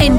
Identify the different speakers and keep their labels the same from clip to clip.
Speaker 1: En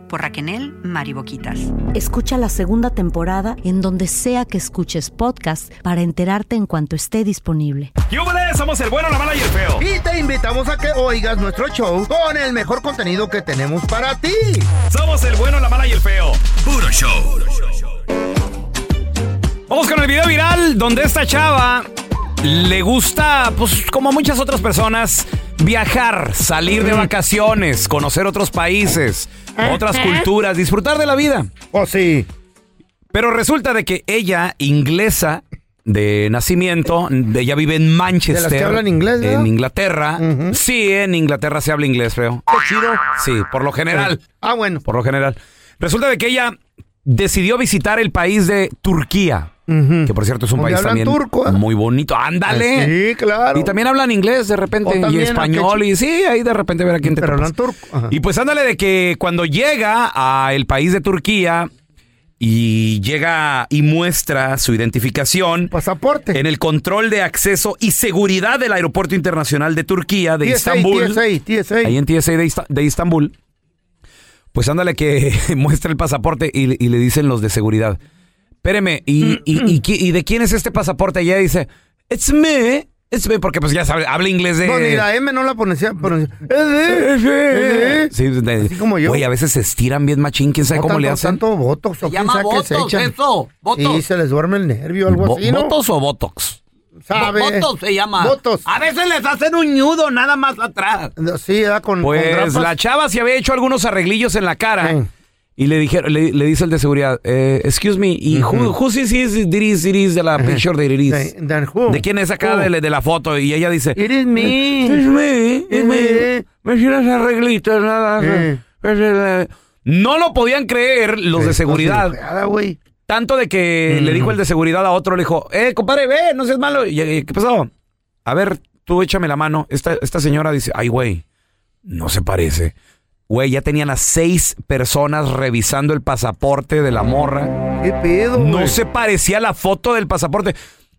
Speaker 2: por Raquenel Mariboquitas.
Speaker 3: Escucha la segunda temporada en donde sea que escuches podcast para enterarte en cuanto esté disponible.
Speaker 4: ¡Yúbales! Somos el bueno, la mala y el feo.
Speaker 5: Y te invitamos a que oigas nuestro show con el mejor contenido que tenemos para ti.
Speaker 4: Somos el bueno, la mala y el feo. Puro show. Vamos con el video viral donde esta chava le gusta, pues como a muchas otras personas, viajar, salir de vacaciones, conocer otros países, otras
Speaker 5: Mm. Ajá.
Speaker 4: culturas, disfrutar de la vida.
Speaker 5: Oh, sí.
Speaker 4: Pero resulta de que ella, inglesa de nacimiento, de- ella vive en Manchester.
Speaker 5: hablan inglés, ¿verdad?
Speaker 4: En Inglaterra. Sí, en Inglaterra se habla inglés, feo.
Speaker 5: Qué chido.
Speaker 4: Sí, por lo general.
Speaker 5: Ah, bueno.
Speaker 4: Por lo general. Resulta de que ella decidió visitar el país de Turquía. Que por cierto es un
Speaker 5: Donde
Speaker 4: país
Speaker 5: hablan
Speaker 4: también
Speaker 5: turco, ¿eh? Ah,
Speaker 4: muy bonito. ¡Ándale!
Speaker 5: Sí, claro.
Speaker 4: Y también hablan inglés de repente
Speaker 5: O
Speaker 4: y
Speaker 5: también
Speaker 4: español
Speaker 5: aquel
Speaker 4: y sí, ahí de repente ver a quién te
Speaker 5: Pero
Speaker 4: topas.
Speaker 5: hablan turco. Ajá.
Speaker 4: Y pues ándale de que cuando llega a el país de Turquía y llega y muestra su identificación
Speaker 5: Pasaporte.
Speaker 4: en el control de acceso y seguridad del aeropuerto internacional de Turquía de
Speaker 5: TSA,
Speaker 4: Estambul
Speaker 5: TSA, TSA.
Speaker 4: ahí en TSA de, Ista- de Istambul, pues ándale que muestra el pasaporte y, y le dicen los de seguridad. Espéreme, ¿y, y, y qui- y de quién es este pasaporte? Y ella dice, it's me, it's me, porque pues ya sabe, habla inglés de...
Speaker 5: No, ni la e-, M no la pronuncia. pronuncia. Eh, eh, eh, eh.
Speaker 4: Sí, pues, de-
Speaker 5: Así como yo.
Speaker 4: Güey, a veces se estiran bien machín, quién sabe
Speaker 5: O
Speaker 4: cómo
Speaker 5: tanto-
Speaker 4: le hacen.
Speaker 5: Tanto botox o quién sabe qué se echan. Y se les duerme el nervio, algo
Speaker 4: Bo-
Speaker 5: así, ¿no?
Speaker 4: ¿Botox o Botox?
Speaker 5: ¿Sabe? Botox.
Speaker 4: veces les hacen un ñudo nada más atrás.
Speaker 5: Sí, da con. con
Speaker 4: Pues
Speaker 5: grapas.
Speaker 4: la chava se había hecho algunos arreglillos en la cara.
Speaker 5: Sí.
Speaker 4: Y le, dijeron, le, le dice el de seguridad, eh, excuse me, y who, who is this, this, this de la picture de
Speaker 5: Sí,
Speaker 4: Iris?
Speaker 5: then who?
Speaker 4: ¿De quién es acá
Speaker 5: Who?
Speaker 4: de, la- de la foto? Y ella dice,
Speaker 5: It is
Speaker 4: It's
Speaker 5: me.
Speaker 4: me, it's me.
Speaker 5: Eh.
Speaker 4: Me hicieron ese arreglito, nada. eh,
Speaker 5: Eh.
Speaker 4: eh". No lo podían creer los de seguridad.
Speaker 5: Nada, güey.
Speaker 4: Tanto de que le dijo el de seguridad a otro, le dijo, eh, compadre, ve, no seas malo. Y, y, ¿Qué pasó? A ver, tú échame la mano. Esta, esta señora dice, ay, güey, no se parece. Güey, ya tenían a seis personas revisando el pasaporte de la morra.
Speaker 5: ¿Qué pedo,
Speaker 4: No
Speaker 5: güey? Mm.
Speaker 4: se parecía la foto del pasaporte.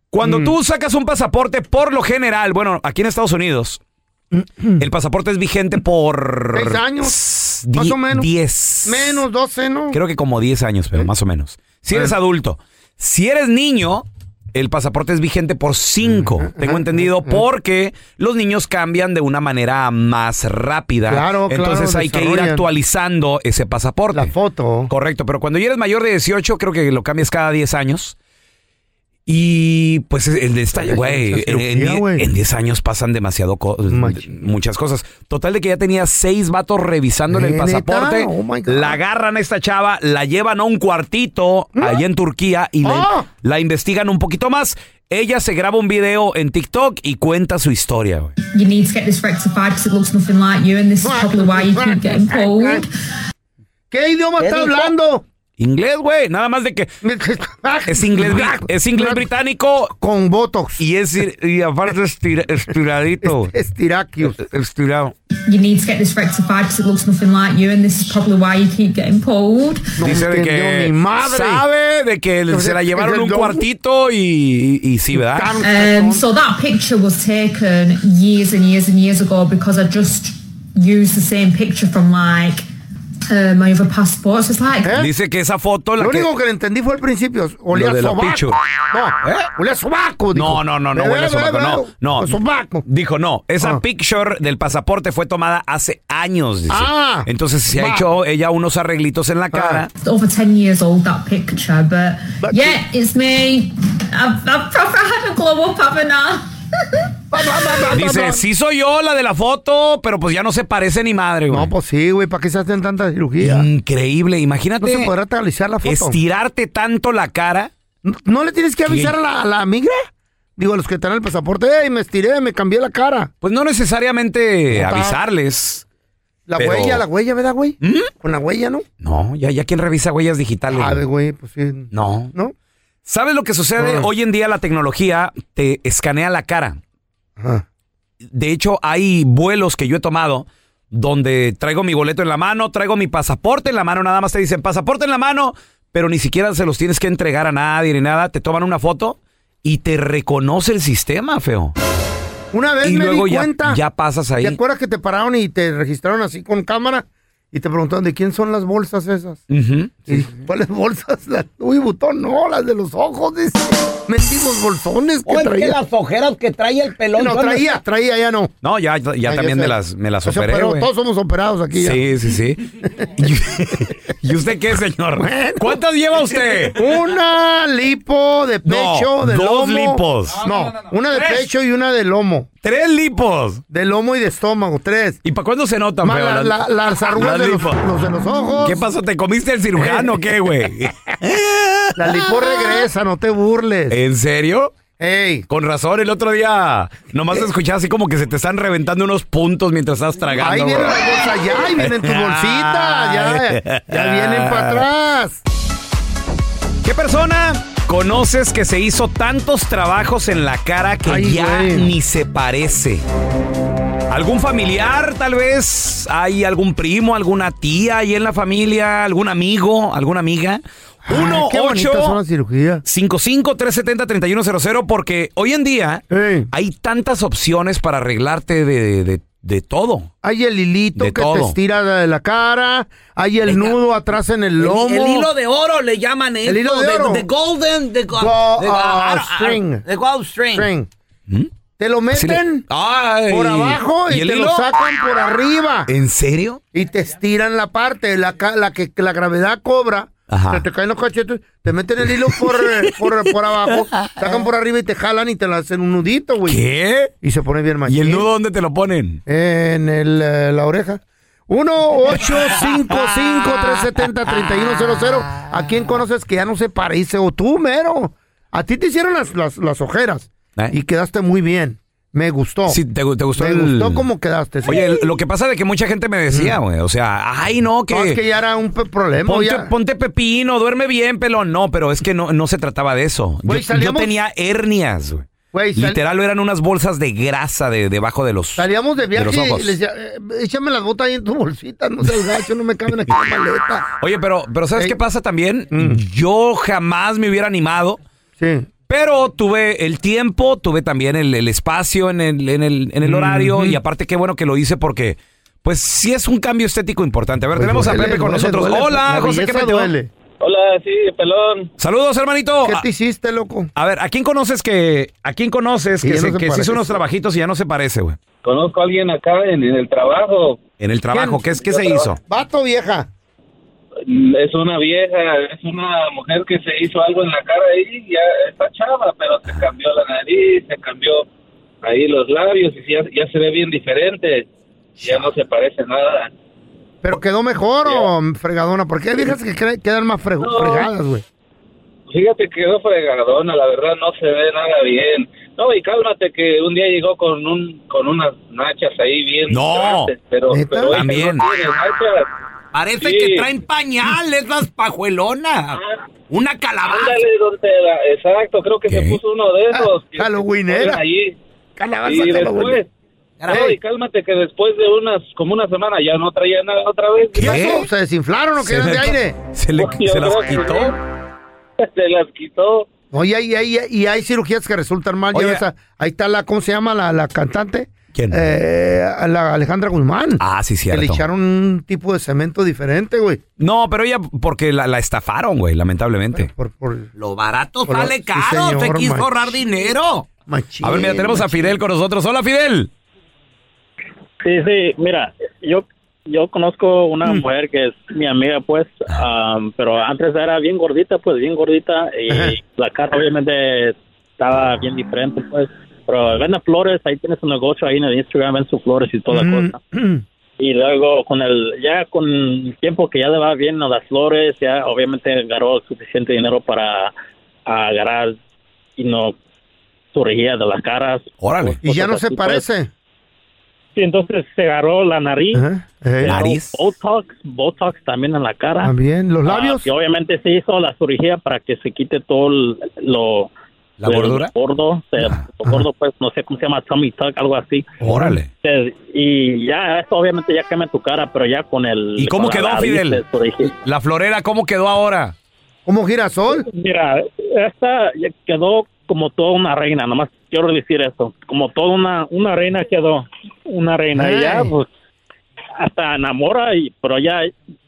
Speaker 4: Cuando tú sacas un pasaporte, por lo general, bueno, aquí en Estados Unidos, el pasaporte es vigente por...
Speaker 5: Mm, Seis años,
Speaker 4: s-
Speaker 5: más
Speaker 4: die-
Speaker 5: o menos.
Speaker 4: Diez.
Speaker 5: Menos 12, ¿no? Eh.
Speaker 4: Creo que como 10 años, pero más o menos. Si eres adulto. Si eres niño, el pasaporte es vigente por 5. Tengo entendido porque los niños cambian de una manera más rápida.
Speaker 5: Claro, claro,
Speaker 4: Entonces hay que ir
Speaker 5: desarrollan.
Speaker 4: actualizando ese pasaporte.
Speaker 5: La foto.
Speaker 4: Correcto, pero cuando ya eres mayor de 18, creo que lo cambias cada 10 años. Y pues el de esta,
Speaker 5: Ay,
Speaker 4: güey,
Speaker 5: mucha
Speaker 4: en- en
Speaker 5: cirugía,
Speaker 4: die-
Speaker 5: güey.
Speaker 4: en 10 años pasan demasiado co-
Speaker 5: Machín.
Speaker 4: muchas cosas. Total de que ya tenía seis vatos revisándole el
Speaker 5: ¿Eh, neta?
Speaker 4: pasaporte.
Speaker 5: Oh, my God.
Speaker 4: la agarran a esta chava, la llevan a un cuartito allá en Turquía y la,
Speaker 5: Ah.
Speaker 4: la investigan un poquito más. Ella se graba un video en TikTok y cuenta su historia, güey.
Speaker 6: you need to get this rectified because it looks nothing like you, and this is probably why you keep getting pulled.
Speaker 5: ¿Qué idioma está hablando?
Speaker 4: Inglés, güey, nada más de que es inglés, bri- es inglés británico
Speaker 5: Con botox.
Speaker 4: y es y aparte estira- estiradito,
Speaker 5: Este- Estiraquios.
Speaker 4: estirado.
Speaker 6: You need to get this rectified because it looks nothing like you, and this is probably why you keep getting pulled.
Speaker 5: No
Speaker 4: Dice de
Speaker 5: entendió
Speaker 4: que
Speaker 5: mi madre.
Speaker 4: sabe de que le- se la llevaron a un cuartito y, y, y sí, ¿verdad?
Speaker 5: Tan-
Speaker 6: Um, so that picture was taken years and years and years ago because I just used the same picture from like uh, my other passports. It's like
Speaker 5: ¿Eh?
Speaker 4: Dice que esa foto la
Speaker 5: Lo
Speaker 4: que-
Speaker 5: único que le entendí fue al principio. Olía
Speaker 4: Lo de la pichu.
Speaker 5: sobaco. No,
Speaker 4: ¿Eh?
Speaker 5: olía sobaco.
Speaker 4: No,
Speaker 5: dijo.
Speaker 4: no, no, no,
Speaker 5: Eh,
Speaker 4: huele a
Speaker 5: eh,
Speaker 4: sobaco,
Speaker 5: eh,
Speaker 4: no,
Speaker 5: eh,
Speaker 4: no.
Speaker 5: Sobaco.
Speaker 4: Dijo, no, esa
Speaker 5: Ah.
Speaker 4: picture del pasaporte fue tomada hace años, dice.
Speaker 5: Ah.
Speaker 4: Entonces se ha
Speaker 5: Va. Ah.
Speaker 4: hecho ella unos arreglitos en la cara.
Speaker 6: it's over 10 years old, that picture. But,
Speaker 5: But-
Speaker 6: yeah, it's me. I've, I've proper had a glow up, haven't I?
Speaker 4: Dice, sí soy yo la de la foto, pero pues ya no se parece ni madre, güey. Mm.
Speaker 5: No, pues sí, güey. ¿Para qué se hacen tanta cirugía?
Speaker 4: Increíble, imagínate
Speaker 5: No se podrá totalizar la foto.
Speaker 4: estirarte tanto la cara.
Speaker 5: ¿No- ¿No le tienes que avisar a la, a la migra? Digo, a los que están en el pasaporte. ¡Ey, me estiré, me cambié la cara!
Speaker 4: Pues no necesariamente
Speaker 5: Total.
Speaker 4: avisarles.
Speaker 5: La
Speaker 4: Pero-
Speaker 5: huella, la huella, ¿verdad, güey? Con la huella, ¿no?
Speaker 4: No, ya, ya quien revisa huellas digitales.
Speaker 5: A
Speaker 4: güey?
Speaker 5: ver, güey, pues sí.
Speaker 4: No.
Speaker 5: ¿No?
Speaker 4: ¿Sabes lo que sucede?
Speaker 5: Ah.
Speaker 4: Hoy en día la tecnología te escanea la cara.
Speaker 5: Ajá.
Speaker 4: De hecho, hay vuelos que yo he tomado donde traigo mi boleto en la mano, traigo mi pasaporte en la mano, nada más te dicen pasaporte en la mano, pero ni siquiera se los tienes que entregar a nadie ni nada. Te toman una foto y te reconoce el sistema, feo.
Speaker 5: Una vez
Speaker 4: Y
Speaker 5: me
Speaker 4: luego
Speaker 5: di
Speaker 4: ya-
Speaker 5: cuenta.
Speaker 4: ya pasas ahí.
Speaker 5: ¿Te acuerdas que te pararon y te registraron así con cámara? Y te preguntaron, ¿de quién son las bolsas esas?
Speaker 4: Ujú.
Speaker 5: Y dije, ¿Cuáles bolsas? Las Uy, botón, no, las de los ojos, dice. Mendigos bolsones que traía.
Speaker 4: ojeras que trae el pelón.
Speaker 5: No, traía, traía, ya no.
Speaker 4: No, ya, ya
Speaker 5: Ah,
Speaker 4: también
Speaker 5: sé.
Speaker 4: me las, me las
Speaker 5: O sea,
Speaker 4: operé,
Speaker 5: pero
Speaker 4: güey.
Speaker 5: todos somos operados aquí ya.
Speaker 4: Sí, sí, sí. ¿Y- ¿Y usted qué, señor? ¿Cuántas lleva usted?
Speaker 5: Una lipo de
Speaker 4: No,
Speaker 5: pecho, de
Speaker 4: dos
Speaker 5: lomo.
Speaker 4: lipos.
Speaker 5: No, una de pecho y una de lomo.
Speaker 4: Tres lipos.
Speaker 5: De lomo y de estómago, tres.
Speaker 4: ¿Y para cuándo se nota,
Speaker 5: Más
Speaker 4: feo?
Speaker 5: la- la- las arrugas
Speaker 4: Las
Speaker 5: de los,
Speaker 4: lipos.
Speaker 5: los de los ojos.
Speaker 4: ¿Qué pasó? ¿Te comiste el cirujano o qué, güey?
Speaker 5: La lipo
Speaker 4: Ah.
Speaker 5: regresa, no te burles.
Speaker 4: ¿En serio?
Speaker 5: Ey.
Speaker 4: Con razón, el otro día nomás
Speaker 5: ¿Eh?
Speaker 4: escuchaba así como que se te están reventando unos puntos mientras estás tragando.
Speaker 5: Ahí vienen
Speaker 4: güey. Ah,
Speaker 5: las bolsas, ya, ahí vienen tus bolsitas, ya, ya vienen para atrás.
Speaker 4: ¿Qué persona conoces que se hizo tantos trabajos en la cara que
Speaker 5: Ay,
Speaker 4: ya
Speaker 5: güey.
Speaker 4: ni se parece? ¿Algún familiar tal vez? ¿Hay algún primo, alguna tía ahí en la familia? ¿Algún amigo, alguna amiga?
Speaker 5: Ay, qué bonitas son
Speaker 4: 1
Speaker 5: las cirugías.
Speaker 4: 55-370-3100 porque hoy en día
Speaker 5: Ey.
Speaker 4: hay tantas opciones para arreglarte de, de- de todo.
Speaker 5: Hay el hilito
Speaker 4: De
Speaker 5: que
Speaker 4: todo.
Speaker 5: te estira de la cara, hay el
Speaker 4: Venga.
Speaker 5: nudo atrás en el lomo.
Speaker 4: de oro le llaman
Speaker 5: El hilo de oro.
Speaker 4: golden, the,
Speaker 5: Go- ah, string.
Speaker 4: gold string.
Speaker 5: Tren. Te lo
Speaker 4: Sí ¿Mm? le-
Speaker 5: meten
Speaker 4: Ay.
Speaker 5: por abajo y,
Speaker 4: el
Speaker 5: te lo
Speaker 4: hilo? Eh.
Speaker 5: sacan por arriba.
Speaker 4: ¿En serio?
Speaker 5: Y te estiran la parte, la, ca- la que la gravedad cobra.
Speaker 4: Ajá.
Speaker 5: Se te caen los cachetes, te meten el hilo por, eh, por, por abajo, sacan por arriba y te jalan y te lo hacen un nudito, güey.
Speaker 4: ¿Qué?
Speaker 5: Y se pone bien
Speaker 4: ¿Y
Speaker 5: machín.
Speaker 4: el nudo dónde te lo ponen?
Speaker 5: En el, eh, la oreja. 1-855-370-3100. ¿A quién conoces que ya no se parece? O tú, mero. A ti te hicieron las, las, las ojeras
Speaker 4: ¿Eh?
Speaker 5: y quedaste muy bien. Me gustó.
Speaker 4: Sí, ¿te, gu- te gustó
Speaker 5: Me
Speaker 4: el-
Speaker 5: gustó cómo quedaste. sí.
Speaker 4: Oye, el- lo que pasa es que mucha gente me decía, güey, o sea, ay, no, que...
Speaker 5: No, es que ya era un pe- problema.
Speaker 4: Ponte,
Speaker 5: ya.
Speaker 4: ponte pepino, duerme bien, pelón. No, pero es que no, no se trataba de eso. yo,
Speaker 5: Güey,
Speaker 4: yo
Speaker 5: salíamos-
Speaker 4: tenía hernias, güey.
Speaker 5: Güey, sal-
Speaker 4: Literal, eran unas bolsas de grasa de, debajo de los.
Speaker 5: Salíamos de viaje
Speaker 4: los
Speaker 5: y
Speaker 4: ojos.
Speaker 5: les decía, eh, échame las botas ahí en tu bolsita, no seas gacho, no me caben aquí en la maleta.
Speaker 4: Oye, pero, pero ¿sabes
Speaker 5: Ey. Mm.
Speaker 4: qué pasa también? Yo jamás me hubiera animado.
Speaker 5: Sí.
Speaker 4: Pero tuve el tiempo, tuve también el, el espacio en el, en el, en el horario y aparte qué bueno que lo hice porque, pues sí es un cambio estético importante. A ver,
Speaker 5: Pues
Speaker 4: tenemos a
Speaker 5: duele,
Speaker 4: Pepe con
Speaker 5: duele,
Speaker 4: nosotros.
Speaker 5: duele.
Speaker 4: Hola,
Speaker 5: La
Speaker 4: José, ¿qué
Speaker 5: belleza
Speaker 4: peteo?
Speaker 5: duele.
Speaker 7: Hola, sí, pelón.
Speaker 4: Saludos, hermanito. Ah,
Speaker 5: ¿Qué
Speaker 4: A-
Speaker 5: te hiciste, loco?
Speaker 4: A ver, ¿a quién conoces que, a quién conoces
Speaker 5: Y
Speaker 4: que,
Speaker 5: ya no
Speaker 4: se,
Speaker 5: se
Speaker 4: que se
Speaker 5: parece.
Speaker 4: hizo unos trabajitos y ya no se parece, güey?
Speaker 7: Conozco a alguien acá en, en el trabajo.
Speaker 4: En el trabajo, ¿qué, es, qué se hizo?
Speaker 5: ¿Vato o vieja?
Speaker 7: es una vieja, es una mujer que se hizo algo en la cara ahí, ya está chava, pero se cambió la nariz, se cambió ahí los labios y ya, ya se ve bien diferente, ya no se parece nada.
Speaker 4: Oh,
Speaker 5: ¿Pero quedó mejor o fregadona? Porque hay viejas que cre- quedan más fre-
Speaker 7: No.
Speaker 5: fregadas, güey.
Speaker 7: Fíjate que quedó fregadona, la verdad no se ve nada bien. No, y cálmate que un día llegó con un con unas nachas ahí bien
Speaker 4: No.
Speaker 7: grandes, pero,
Speaker 4: ¿Neta?
Speaker 7: pero ella
Speaker 4: También.
Speaker 7: no tiene nachas.
Speaker 4: Parece
Speaker 7: Sí. Ah,
Speaker 4: que traen pañales las pajuelonas. Una calabaza.
Speaker 7: Ándale, don Tela, exacto, creo que se puso uno
Speaker 5: Ah,
Speaker 7: de esos. que-
Speaker 4: Halloweenera.
Speaker 7: Allí.
Speaker 4: Calabaza
Speaker 7: y después,
Speaker 4: Halloween.
Speaker 7: no, y cálmate que después de unas, como una semana ya no traía nada otra vez.
Speaker 5: ¿Qué pasó? ¿Se desinflaron o
Speaker 7: Se
Speaker 5: quedan de
Speaker 7: le-
Speaker 5: aire?
Speaker 4: Se,
Speaker 7: Yo creo que Se las quitó.
Speaker 5: Oye, y hay, y hay cirugías que resultan mal. ya ves a- ahí está la, ¿cómo se llama la, la cantante?
Speaker 4: ¿Quién?
Speaker 5: Eh, a la Alejandra Guzmán.
Speaker 4: Ah, sí,
Speaker 5: Que le
Speaker 4: cierto.
Speaker 5: echaron un tipo de cemento diferente, güey.
Speaker 4: No, pero ella, porque la, la estafaron, güey, lamentablemente. Lo barato
Speaker 5: Por lo-
Speaker 4: sale
Speaker 5: sí,
Speaker 4: caro,
Speaker 5: señor,
Speaker 4: se quiso
Speaker 5: machín.
Speaker 4: ahorrar dinero.
Speaker 5: Machín,
Speaker 4: a ver, mira, tenemos a Fidel con nosotros. Hola, Fidel.
Speaker 8: Sí, sí, mira, yo yo conozco
Speaker 5: Mm.
Speaker 8: una mujer que es mi amiga, pues, am, pero antes era bien gordita, pues, bien gordita, y la cara obviamente estaba bien diferente, pues, pero vende flores, ahí tiene su negocio, ahí en el Instagram vende sus flores y toda
Speaker 5: Mm.
Speaker 8: cosa. Y luego con el, ya con el tiempo que ya le va bien a las flores, ya obviamente agarró suficiente dinero para agarrar y no cirugía de las caras.
Speaker 4: Órale.
Speaker 5: Y ya no se parece.
Speaker 8: pues. Sí, entonces se agarró la nariz.
Speaker 5: eh.
Speaker 8: se agarró
Speaker 5: Nariz.
Speaker 8: Botox, Botox también en la cara.
Speaker 5: También, los labios.
Speaker 8: Ah, y obviamente se hizo la cirugía para que se quite todo el- lo...
Speaker 4: ¿La
Speaker 8: lo
Speaker 4: gordura? Ah,
Speaker 8: Gordo, se- lo gordo, pues, no sé cómo se llama, tummy tuck, algo así.
Speaker 4: Órale.
Speaker 8: Se- Y ya, eso obviamente ya quema tu cara, pero ya con el...
Speaker 4: ¿Y cómo
Speaker 8: con
Speaker 4: quedó,
Speaker 8: la nariz
Speaker 4: Fidel?
Speaker 8: se corrige.
Speaker 4: La florera, ¿cómo quedó ahora?
Speaker 5: ¿Como girasol?
Speaker 8: Mira, esta ya quedó como toda una reina, nomás quiero decir esto, como toda una, una reina quedó, una reina, y ya,
Speaker 9: Ay.
Speaker 8: pues, hasta enamora, y, pero ya,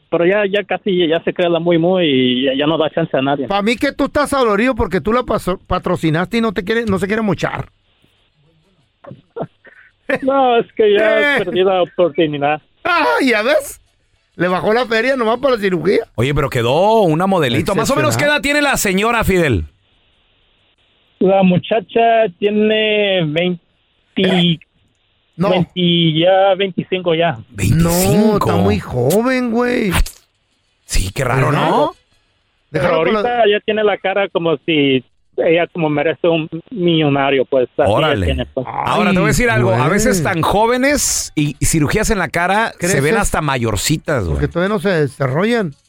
Speaker 8: pero ya, ya casi, ya se crea la muy, muy, y ya, ya no da chance a nadie.
Speaker 5: Para mí que tú estás adolorido porque tú la paso- patrocinaste y no te quiere, no se quiere mochar.
Speaker 8: No, es que ya perdí la oportunidad.
Speaker 5: Ah, ya ves. Le bajó la feria nomás para la cirugía.
Speaker 4: Oye, pero quedó una modelito. Más o menos, ¿qué edad tiene la señora, Fidel?
Speaker 8: La muchacha tiene 20,
Speaker 5: no.
Speaker 8: y ya 25 ya.
Speaker 5: No, está muy joven, güey.
Speaker 4: Sí, qué raro,
Speaker 8: ¿no? Pero ahorita ya tiene la cara como si ella como merece un millonario, pues. así ya
Speaker 4: Órale.
Speaker 8: tiene, pues.
Speaker 4: Ahora te voy a decir algo. A veces tan jóvenes y cirugías en la cara se
Speaker 5: ¿Creces?
Speaker 4: ven hasta mayorcitas, güey.
Speaker 5: que todavía no se desarrollan.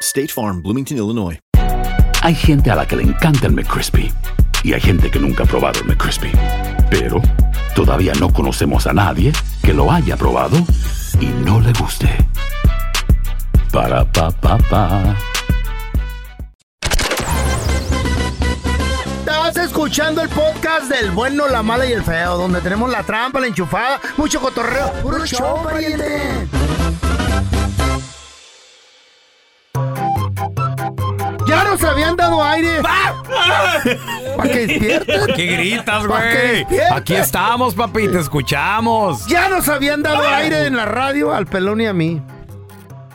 Speaker 10: State Farm, Bloomington, Illinois. Hay gente a la que le encanta el McCrispy y hay gente que nunca ha probado el McCrispy. Pero todavía no conocemos a nadie que lo haya probado y no le guste. Para pa pa pa.
Speaker 5: Estás escuchando el podcast del bueno, la mala y el feo, donde tenemos la trampa, la enchufada, mucho cotorreo. ¡Puro show, pariente! Ya nos habían dado aire. Para que despierten.
Speaker 4: ¿Qué gritas,
Speaker 5: Pa' que
Speaker 4: güey?
Speaker 5: despierten.
Speaker 4: Aquí estamos, papi, te escuchamos.
Speaker 5: Ya nos habían dado aire en la radio al pelón y a mí.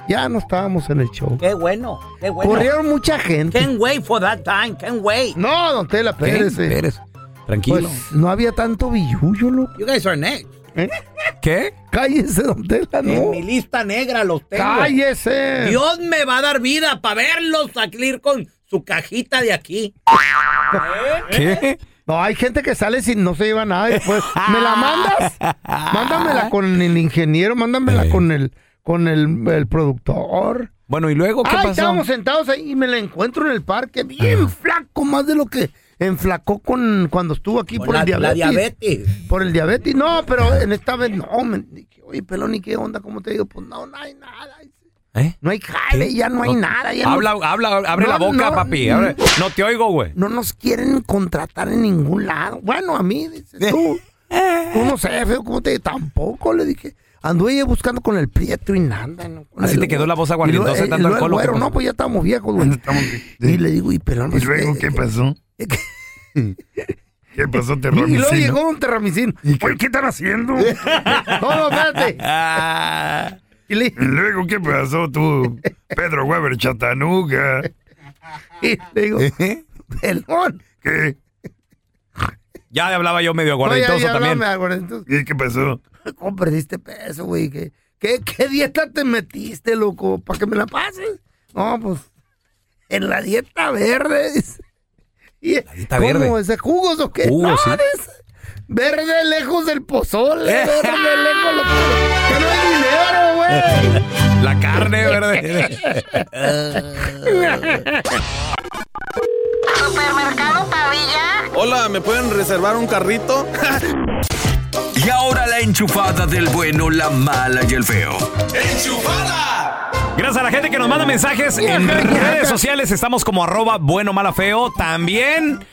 Speaker 5: Ya no estábamos en el show.
Speaker 11: Qué bueno, qué bueno.
Speaker 5: Corrieron mucha gente.
Speaker 11: Can't wait for that time, can't wait.
Speaker 5: No, don Tela, espérese.
Speaker 4: Tranquilo.
Speaker 5: Pues, no había tanto billullo, loco.
Speaker 11: You guys are next.
Speaker 5: ¿Eh?
Speaker 4: ¿Qué?
Speaker 5: Cállese, don Tela,
Speaker 11: En
Speaker 5: no.
Speaker 11: mi lista negra los tengo.
Speaker 5: ¡Cállese!
Speaker 11: Dios me va a dar vida para verlos salir con su cajita de aquí. ¿Eh?
Speaker 5: ¿Qué? No, hay gente que sale sin no se lleva nada y después. ¿Me la mandas? Mándamela con el ingeniero, mándamela con el con el, el productor.
Speaker 4: Bueno, ¿y luego qué
Speaker 5: Ay,
Speaker 4: pasó?
Speaker 5: estábamos sentados ahí y me la encuentro en el parque, bien flaco, más de lo que enflacó con cuando estuvo aquí por
Speaker 11: la-
Speaker 5: el diabetes.
Speaker 11: la diabetes.
Speaker 5: Por el diabetes, no, pero en esta vez no, me dije, oye, pelón, ¿y qué onda? ¿Cómo te digo? Pues no, no hay nada. No hay jale, ya no hay nada. ya no-
Speaker 4: ¿Eh? habla, habla, abre
Speaker 5: No,
Speaker 4: la boca,
Speaker 5: no,
Speaker 4: papi. abre.
Speaker 5: no.
Speaker 4: No te oigo, güey.
Speaker 5: no nos quieren contratar en ningún lado. Bueno, a mí, dices tú. Tú no sé, feo, ¿cómo te Tampoco le dije. Anduve yo buscando con el prieto y nada. ¿no? Con
Speaker 4: Así
Speaker 5: el-
Speaker 4: te quedó la voz aguardientosa
Speaker 5: Y
Speaker 4: de
Speaker 5: luego, eh,
Speaker 4: tanto
Speaker 5: y luego
Speaker 4: alcohol, ¿o
Speaker 5: el
Speaker 4: qué
Speaker 5: güero,
Speaker 4: pasó?
Speaker 5: no, pues ya estamos viejos, güey. Y le digo, y pelón.
Speaker 9: ¿Y luego qué pasó? ¿Qué pasó,
Speaker 5: Y luego
Speaker 9: terramicino?
Speaker 5: llegó un terramicín. Oye, ¿qué están haciendo? no, no, espérate. Y,
Speaker 9: luego qué pasó tú, Pedro Weber Chatanuga?
Speaker 5: Y le digo,
Speaker 4: ¿Eh?
Speaker 5: pelón.
Speaker 9: ¿Qué?
Speaker 4: Ya le hablaba yo medio
Speaker 5: Oye,
Speaker 4: aguardientoso
Speaker 5: háblame,
Speaker 4: también.
Speaker 5: aguardientoso.
Speaker 9: ¿Y qué pasó?
Speaker 5: ¿Cómo perdiste peso, güey? ¿Qué, qué, qué dieta te metiste, loco? ¿Para que me la pases? No, pues, en la dieta verde. dice. Y,
Speaker 4: dieta
Speaker 5: ¿Cómo?
Speaker 4: verde.
Speaker 5: ¿Ese jugos o qué?
Speaker 4: Jugos,
Speaker 5: No,
Speaker 4: sí.
Speaker 5: dice, Verde lejos del pozole, verde lejos del ¡Que no hay dinero, güey!
Speaker 4: La carne, verde.
Speaker 12: Supermercado Pavilla.
Speaker 13: Hola, ¿me pueden reservar un carrito?
Speaker 14: Y ahora la enchufada del bueno, la mala y el feo.
Speaker 4: Gracias a la gente que nos manda mensajes en redes sociales. Estamos como arroba bueno, mala, feo. También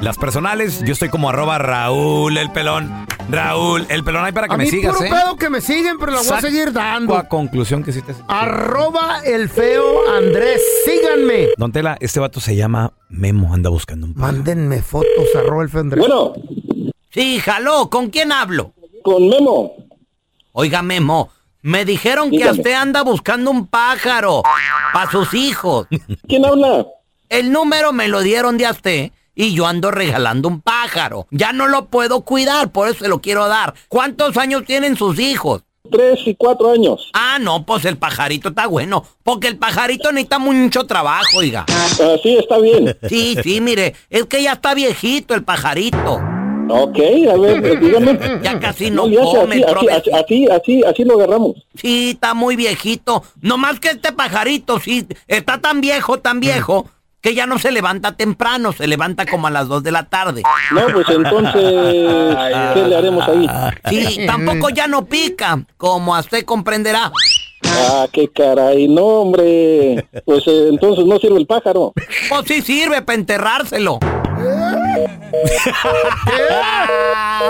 Speaker 4: las personales. Yo estoy como arroba Raúl el pelón. Raúl el pelón. Ahí para que
Speaker 5: A
Speaker 4: me
Speaker 5: mí
Speaker 4: sigas,
Speaker 5: puro
Speaker 4: ¿eh?
Speaker 5: pedo que me siguen, pero la voy a
Speaker 4: Saco
Speaker 5: seguir dando.
Speaker 4: a conclusión que sí te...
Speaker 5: Arroba el feo Andrés. Síganme.
Speaker 4: Don Tela, este vato se llama Memo. Anda buscando un...
Speaker 5: Mándenme fotos, arroba el feo Andrés. Bueno.
Speaker 11: Sí, jaló, ¿con quién hablo?
Speaker 15: Con Memo.
Speaker 11: Oiga, Memo, me dijeron que
Speaker 15: Dígame.
Speaker 11: usted anda buscando un pájaro para sus hijos.
Speaker 15: ¿Quién habla?
Speaker 11: El número me lo dieron de a usted y yo ando regalando un pájaro. Ya no lo puedo cuidar, por eso se lo quiero dar. ¿Cuántos años tienen sus hijos?
Speaker 15: Tres y cuatro años.
Speaker 11: Ah, no, pues el pajarito está bueno, porque el pajarito necesita mucho trabajo, oiga.
Speaker 15: Así está bien.
Speaker 11: Sí, sí, mire, es que ya está viejito el pajarito.
Speaker 15: Ok, a ver, dígame.
Speaker 11: Ya casi no
Speaker 15: le hace
Speaker 11: come,
Speaker 15: así, así,
Speaker 11: provecito.
Speaker 15: así, así, así lo agarramos.
Speaker 11: Sí, está muy viejito. Nomás que este pajarito, sí, está tan viejo, tan viejo, que ya no se levanta temprano, se levanta como a las 2 de la tarde.
Speaker 15: No, pues entonces, ¿qué le haremos ahí?
Speaker 11: Sí, tampoco ya no pica, como a usted comprenderá.
Speaker 15: Ah, qué caray, no, hombre. Pues eh, entonces no sirve el pájaro.
Speaker 11: O sí sirve para enterrárselo.
Speaker 4: A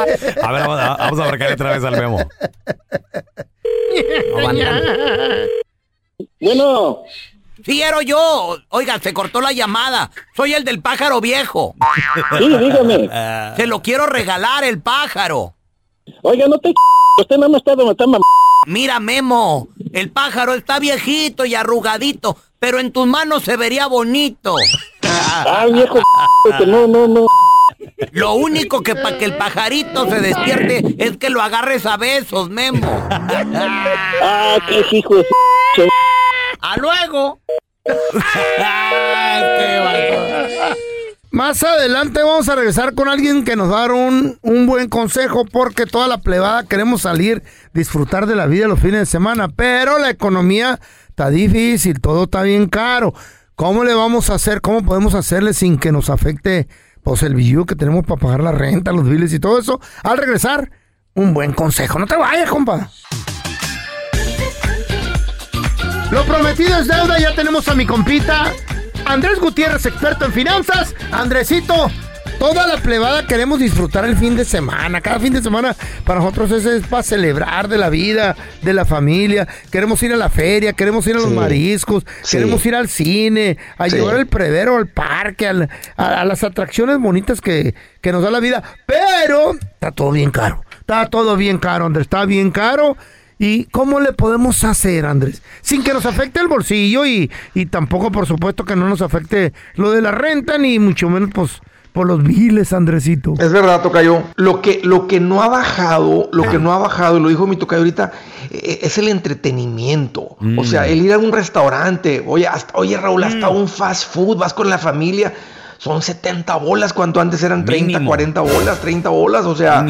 Speaker 4: ver, vamos a, vamos a marcar otra vez al Memo.
Speaker 15: Bueno.
Speaker 11: Sí, ero yo. Oiga, se cortó la llamada. Soy el del pájaro viejo.
Speaker 15: Sí, dígame.
Speaker 11: Se lo quiero regalar el pájaro.
Speaker 15: Oiga, no te... c- Usted no me está donde está mam-
Speaker 11: Mira, Memo, el pájaro está viejito y arrugadito, pero en tus manos se vería bonito.
Speaker 15: Ah, viejo, que no, no, no.
Speaker 11: Lo único que para que el pajarito se despierte es que lo agarres a besos, Memo.
Speaker 15: Ah, qué hijo de su ch-
Speaker 11: A luego.
Speaker 5: Más adelante vamos a regresar con alguien que nos va a dar un, un buen consejo porque toda la plebada queremos salir, disfrutar de la vida los fines de semana, pero la economía está difícil, todo está bien caro. ¿Cómo le vamos a hacer? ¿Cómo podemos hacerle sin que nos afecte pues, el billú que tenemos para pagar la renta, los biles y todo eso? Al regresar, un buen consejo. No te vayas, compa. Lo prometido es deuda, ya tenemos a mi compita Andrés Gutiérrez, experto en finanzas. Andresito, toda la plebada queremos disfrutar el fin de semana. Cada fin de semana para nosotros es, es para celebrar de la vida, de la familia. Queremos ir a la feria, queremos ir a los mariscos, queremos ir al cine, a llevar el prevero al parque, al- a, a las atracciones bonitas que, que nos da la vida. Pero está todo bien caro. Está todo bien caro, Andrés, está bien caro. ¿Y cómo le podemos hacer, Andrés? Sin que nos afecte el bolsillo y, y tampoco, por supuesto, que no nos afecte lo de la renta, ni mucho menos, pues, Por los miles, Andresito.
Speaker 16: Es verdad, Tocayo. Lo que, lo que no ha bajado, lo que no ha bajado, y lo dijo mi Tocayo ahorita, e- es el entretenimiento.
Speaker 17: Mm.
Speaker 16: O sea, el ir a un restaurante, oye, hasta, oye Raúl, hasta un fast food, vas con la familia, son 70 bolas, cuando antes eran 30, 40 bolas, 30 bolas, o sea...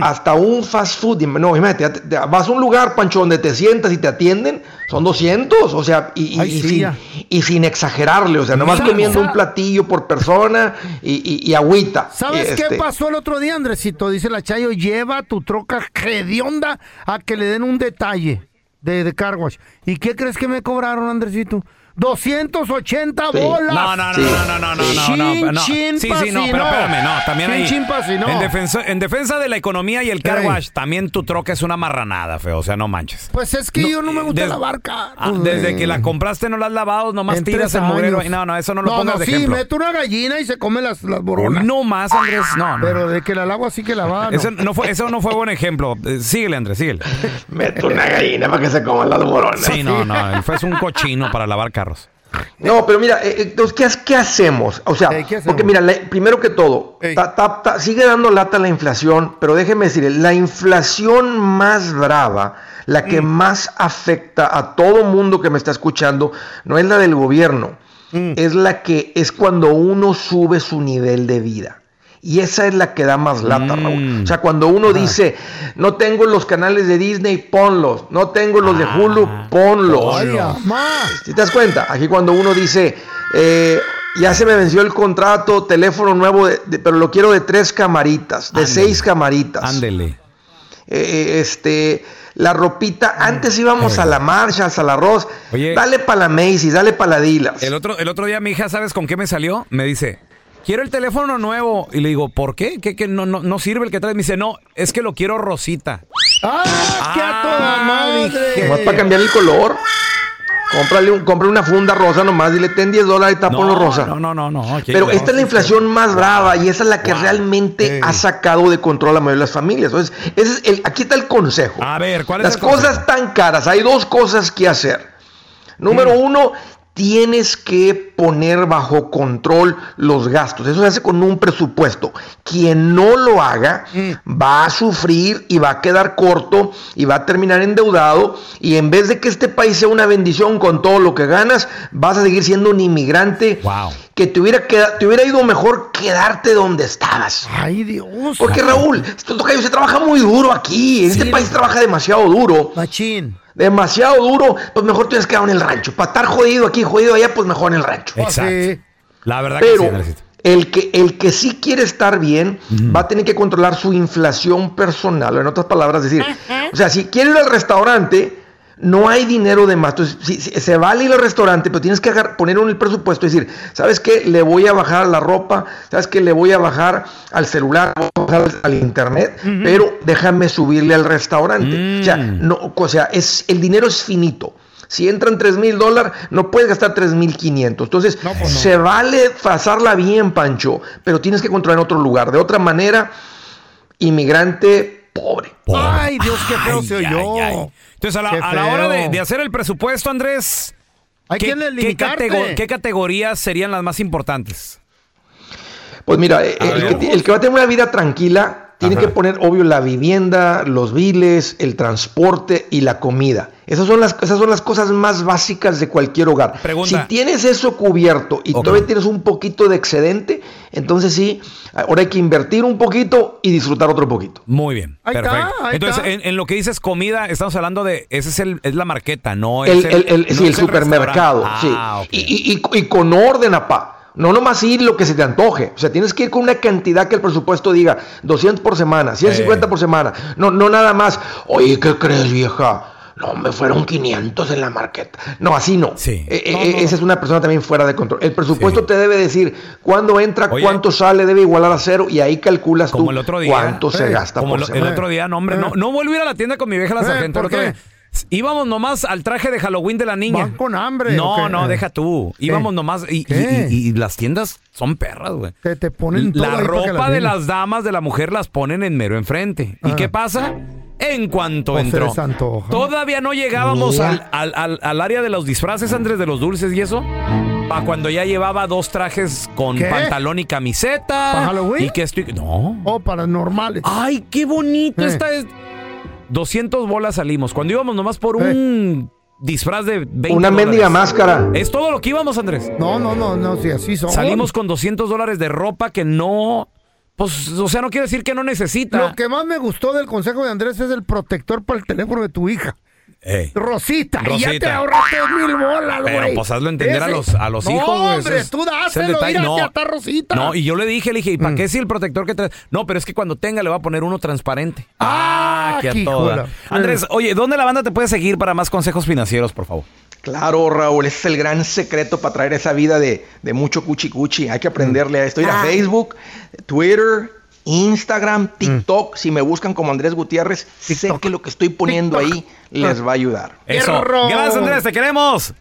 Speaker 16: Hasta un fast food, im- no, imagínate, ya te- te- vas a un lugar, Pancho, donde te sientas y te atienden, son 200, o sea, y, y-
Speaker 5: Ay,
Speaker 16: y
Speaker 5: sí,
Speaker 16: sin-
Speaker 5: ya.
Speaker 16: y sin exagerarle, o sea, nomás
Speaker 5: Mira,
Speaker 16: comiendo
Speaker 5: mira.
Speaker 16: un platillo por persona y, y- y agüita.
Speaker 5: ¿Sabes qué
Speaker 16: Este,
Speaker 5: pasó el otro día, Andresito? Dice la Chayo, lleva tu troca hedionda a que le den un detalle de, de car wash. ¿Y qué crees que me cobraron, Andresito? 280 bolas.
Speaker 4: No, no, no, no, no, no, no, no,
Speaker 5: Chin,
Speaker 4: no, no.
Speaker 5: chin,
Speaker 4: sí, sí, no,
Speaker 5: pasinó.
Speaker 4: pero espérame, no, también
Speaker 5: Chin,
Speaker 4: ahí.
Speaker 5: chin, pasinó.
Speaker 4: en, defensa, en defensa de la economía y el car
Speaker 5: Ey.
Speaker 4: wash, también tu troca es una marranada, feo, o sea, no manches.
Speaker 5: Pues es que yo no me gusta
Speaker 4: des-
Speaker 5: lavar carros.
Speaker 4: Ah, desde que la compraste no la has lavado, nomás
Speaker 5: En
Speaker 4: tiras
Speaker 5: tres
Speaker 4: el mugrero.
Speaker 5: años.
Speaker 4: ahí. No, no, eso no lo pongas de
Speaker 5: sí,
Speaker 4: ejemplo.
Speaker 5: mete una gallina y se come las, las boronas.
Speaker 4: No más, Andrés, no, no.
Speaker 5: Pero de que la lavo así que la va, no.
Speaker 4: Eso no fue, eso no fue buen ejemplo. Eh, Síguele, Andrés, síguele.
Speaker 16: Mete una gallina para que se coma las boronas.
Speaker 4: Sí, no, no. Él fue un cochino para lavar carros.
Speaker 16: No, pero mira, eh, eh, entonces, ¿qué, has- qué hacemos? O sea, porque mira, la- primero que todo, ta- ta- ta- sigue dando lata la inflación, pero déjeme decirle, la inflación más brava, la que más afecta a todo mundo que me está escuchando, no es la del gobierno, es la que es cuando uno sube su nivel de vida. Y esa es la que da más lata,
Speaker 4: Mm.
Speaker 16: Raúl. O sea, cuando uno
Speaker 5: Ah.
Speaker 16: dice, no tengo los canales de Disney, ponlos. No tengo los
Speaker 4: Ah.
Speaker 16: de Hulu, ponlos.
Speaker 5: Ay,
Speaker 16: Si te das cuenta, aquí cuando uno dice, eh, ya se me venció el contrato, teléfono nuevo, de- de- pero lo quiero de tres camaritas, de seis camaritas. Eh,
Speaker 4: Ándele.
Speaker 16: este, la ropita, antes íbamos a la marcha, al arroz.
Speaker 4: Oye.
Speaker 16: dale para la Macy's, dale para la Dila.
Speaker 4: El otro, el otro día mi hija, ¿sabes con qué me salió? Me dice, quiero el teléfono nuevo. Y le digo, ¿por qué? ¿Qué, qué no, no, no sirve el que traes? Me dice, no, es que lo quiero rosita.
Speaker 5: ¡Ah, qué a toda madre!
Speaker 16: Nomás para cambiar el color. Cómprale un, compra una funda rosa nomás, dile ten 10 dólares y está ponlo rosa.
Speaker 4: No, no, no, no. ok,
Speaker 16: Pero
Speaker 4: no,
Speaker 16: esta es la
Speaker 4: sí,
Speaker 16: inflación más brava y esa es la que realmente ha sacado de control a la mayoría de las familias. Entonces, ese es el- aquí está el consejo.
Speaker 4: A ver, ¿cuál es
Speaker 16: Las
Speaker 4: el
Speaker 16: cosas tan caras, hay dos cosas que hacer. Número uno, tienes que poner bajo control los gastos. Eso se hace con un presupuesto. Quien no lo haga va a sufrir y va a quedar corto y va a terminar endeudado. Y en vez de que este país sea una bendición con todo lo que ganas, vas a seguir siendo un inmigrante que te hubiera, queda- te hubiera ido mejor quedarte donde estabas.
Speaker 5: Ay, Dios.
Speaker 16: Porque Raúl, esto toca se trabaja muy duro aquí. En este país trabaja demasiado duro.
Speaker 5: Machín.
Speaker 16: Demasiado duro, pues mejor tienes quedado en el rancho. Para estar jodido aquí, jodido allá, pues mejor en el rancho.
Speaker 4: Exacto. La verdad que sí,
Speaker 16: Pero
Speaker 4: Andresito.
Speaker 16: el que, el que sí quiere estar bien va a tener que controlar su inflación personal. o En otras palabras, decir, o sea, si quieres ir al restaurante, no hay dinero de más. Entonces, si- si- se vale ir al restaurante, pero tienes que agar- poner en el presupuesto y decir, ¿sabes qué? Le voy a bajar a la ropa, ¿sabes qué? Le voy a bajar al celular, le voy a bajar al, al internet, pero déjame subirle al restaurante. O sea,
Speaker 4: Mm.
Speaker 16: no, o sea es, el dinero es finito. Si entran 3 mil dólares, no puedes gastar 3 mil 500. Entonces,
Speaker 4: pues
Speaker 16: se vale pasarla bien, Pancho, pero tienes que controlar en otro lugar. De otra manera, inmigrante pobre.
Speaker 5: Ay, Dios, qué feo se
Speaker 4: Ay,
Speaker 5: oyó.
Speaker 4: ay, ay. Entonces, a la,
Speaker 5: Qué
Speaker 4: a la hora de,
Speaker 5: feo.
Speaker 4: de hacer el presupuesto, Andrés,
Speaker 5: Hay
Speaker 4: ¿qué,
Speaker 5: que
Speaker 4: qué,
Speaker 5: limitarte.
Speaker 4: catego- qué categorías serían las más importantes?
Speaker 16: Pues mira, eh,
Speaker 4: A
Speaker 16: el
Speaker 4: ver.
Speaker 16: que, el que va a tener una vida tranquila tiene que poner, obvio, la vivienda, los biles, el transporte y la comida. Esas son las, esas son las cosas más básicas de cualquier hogar.
Speaker 4: Pregunta.
Speaker 16: Si tienes eso cubierto y todavía tienes un poquito de excedente, entonces sí, ahora hay que invertir un poquito y disfrutar otro poquito.
Speaker 4: Muy bien.
Speaker 16: Ahí está,
Speaker 4: Perfecto.
Speaker 16: ahí
Speaker 4: Entonces,
Speaker 16: está.
Speaker 4: en, en lo que dices comida, estamos hablando de. Ese es, el, es la marqueta, no es
Speaker 16: El, el- el-
Speaker 4: no
Speaker 16: sí, el
Speaker 4: es restaurante.
Speaker 16: supermercado,
Speaker 4: Ah,
Speaker 16: sí.
Speaker 4: ok.
Speaker 16: Y, y- y- y con orden, apá. No nomás ir lo que se te antoje. O sea, tienes que ir con una cantidad que el presupuesto diga. 200 por semana, 150 por semana. No, no nada más. Oye, ¿qué crees, vieja? No, me fueron 500 en la marqueta. No, así no. Eh, eh, Esa es una persona también fuera de control. El presupuesto te debe decir cuándo entra, cuánto sale, debe igualar a cero y ahí calculas tú
Speaker 4: Como el otro día.
Speaker 16: cuánto se
Speaker 4: eh,
Speaker 16: gasta
Speaker 4: Como
Speaker 16: por
Speaker 4: lo- el
Speaker 16: semana.
Speaker 4: otro día, no, hombre,
Speaker 5: Eh.
Speaker 4: no, no vuelvo a ir a la tienda con mi vieja la
Speaker 16: Eh,
Speaker 4: sargento. el
Speaker 16: ¿por
Speaker 4: otro
Speaker 16: qué?
Speaker 4: día. Íbamos nomás al traje de Halloween de la niña.
Speaker 5: Van con hambre,
Speaker 4: No,
Speaker 5: ¿o qué?
Speaker 4: no,
Speaker 5: Eh.
Speaker 4: deja tú.
Speaker 5: ¿Qué?
Speaker 4: Íbamos nomás. Y, y-
Speaker 5: ¿Qué?
Speaker 4: y- y las tiendas son perras, güey.
Speaker 5: Te, te ponen todo
Speaker 4: La
Speaker 5: ahí para que
Speaker 4: ropa de
Speaker 5: veas.
Speaker 4: las damas de la mujer las ponen en mero enfrente.
Speaker 5: Ah.
Speaker 4: ¿Y qué pasa? En cuanto
Speaker 5: Pues se
Speaker 4: entró.
Speaker 5: les antoja.
Speaker 4: Todavía no llegábamos
Speaker 5: Mira.
Speaker 4: al, al- al- al área de los disfraces, Andrés, de los dulces y eso. Para cuando ya llevaba dos trajes con
Speaker 5: ¿Qué?
Speaker 4: pantalón y camiseta.
Speaker 5: ¿Para Halloween?
Speaker 4: Y que estoy. No.
Speaker 5: Oh, paranormales.
Speaker 4: Ay, qué
Speaker 5: Eh.
Speaker 4: bonito esta es. 200 bolas salimos. Cuando íbamos nomás por un
Speaker 5: Eh.
Speaker 4: disfraz de 20
Speaker 16: Una mendiga
Speaker 4: dólares.
Speaker 16: máscara.
Speaker 4: Es todo lo que íbamos, Andrés.
Speaker 5: No, no, no, no, sí, así son.
Speaker 4: Salimos con 200 dólares de ropa que no. Pues, o sea, no quiere decir que no necesita.
Speaker 5: Lo que más me gustó del consejo de Andrés es el protector para el teléfono de tu hija. Rosita, y ya te
Speaker 4: Rosita.
Speaker 5: ahorraste mil bolas, güey.
Speaker 4: Pero, pues, hazlo entender a los- a los
Speaker 5: No,
Speaker 4: hijos, güey, ese
Speaker 5: hombre,
Speaker 4: es-
Speaker 5: tú
Speaker 4: ese es el
Speaker 5: dáselo,
Speaker 4: detalle,
Speaker 5: mira,
Speaker 4: no.
Speaker 5: ya está Rosita. Mm.
Speaker 4: No, y yo le dije, le dije, ¿y para qué si el protector que trae? No, pero es que cuando tenga le va a poner uno transparente. Ah, que a
Speaker 16: qué
Speaker 4: toda.
Speaker 16: híjola.
Speaker 4: Andrés, oye, ¿dónde la banda te puede seguir para más consejos financieros, por favor?
Speaker 16: Claro, Raúl, ese es el gran secreto para traer esa vida de, de mucho cuchi cuchi. Hay que aprenderle a esto. Ir
Speaker 2: Ah.
Speaker 16: a Facebook, Twitter, Instagram, TikTok. Si me buscan como Andrés Gutiérrez, sé que lo que estoy poniendo ahí les va a ayudar.
Speaker 4: Eso. Gracias, Andrés, te queremos.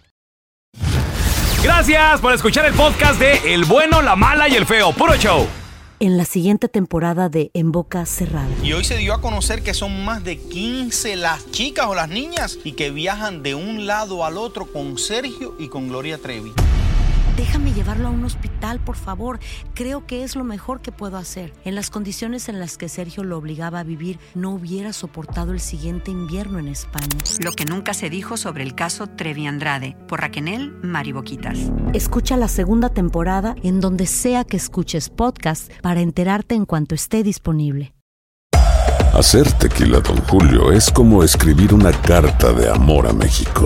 Speaker 4: Gracias por escuchar el podcast de El bueno, la mala y el feo. Puro show.
Speaker 3: En la siguiente temporada de En Boca Cerrada.
Speaker 18: Y hoy se dio a conocer que son más de 15 las chicas o las niñas y que viajan de un lado al otro con Sergio y con Gloria Trevi.
Speaker 19: Déjame llevarlo a un hospital, por favor. Creo que es lo mejor que puedo hacer. En las condiciones en las que Sergio lo obligaba a vivir, no hubiera soportado el siguiente invierno en España.
Speaker 2: Lo que nunca se dijo sobre el caso Trevi Andrade por Raquel Mariboquitas.
Speaker 3: Escucha la segunda temporada en donde sea que escuches podcast para enterarte en cuanto esté disponible.
Speaker 17: Hacer tequila, Don Julio, es como escribir una carta de amor a México.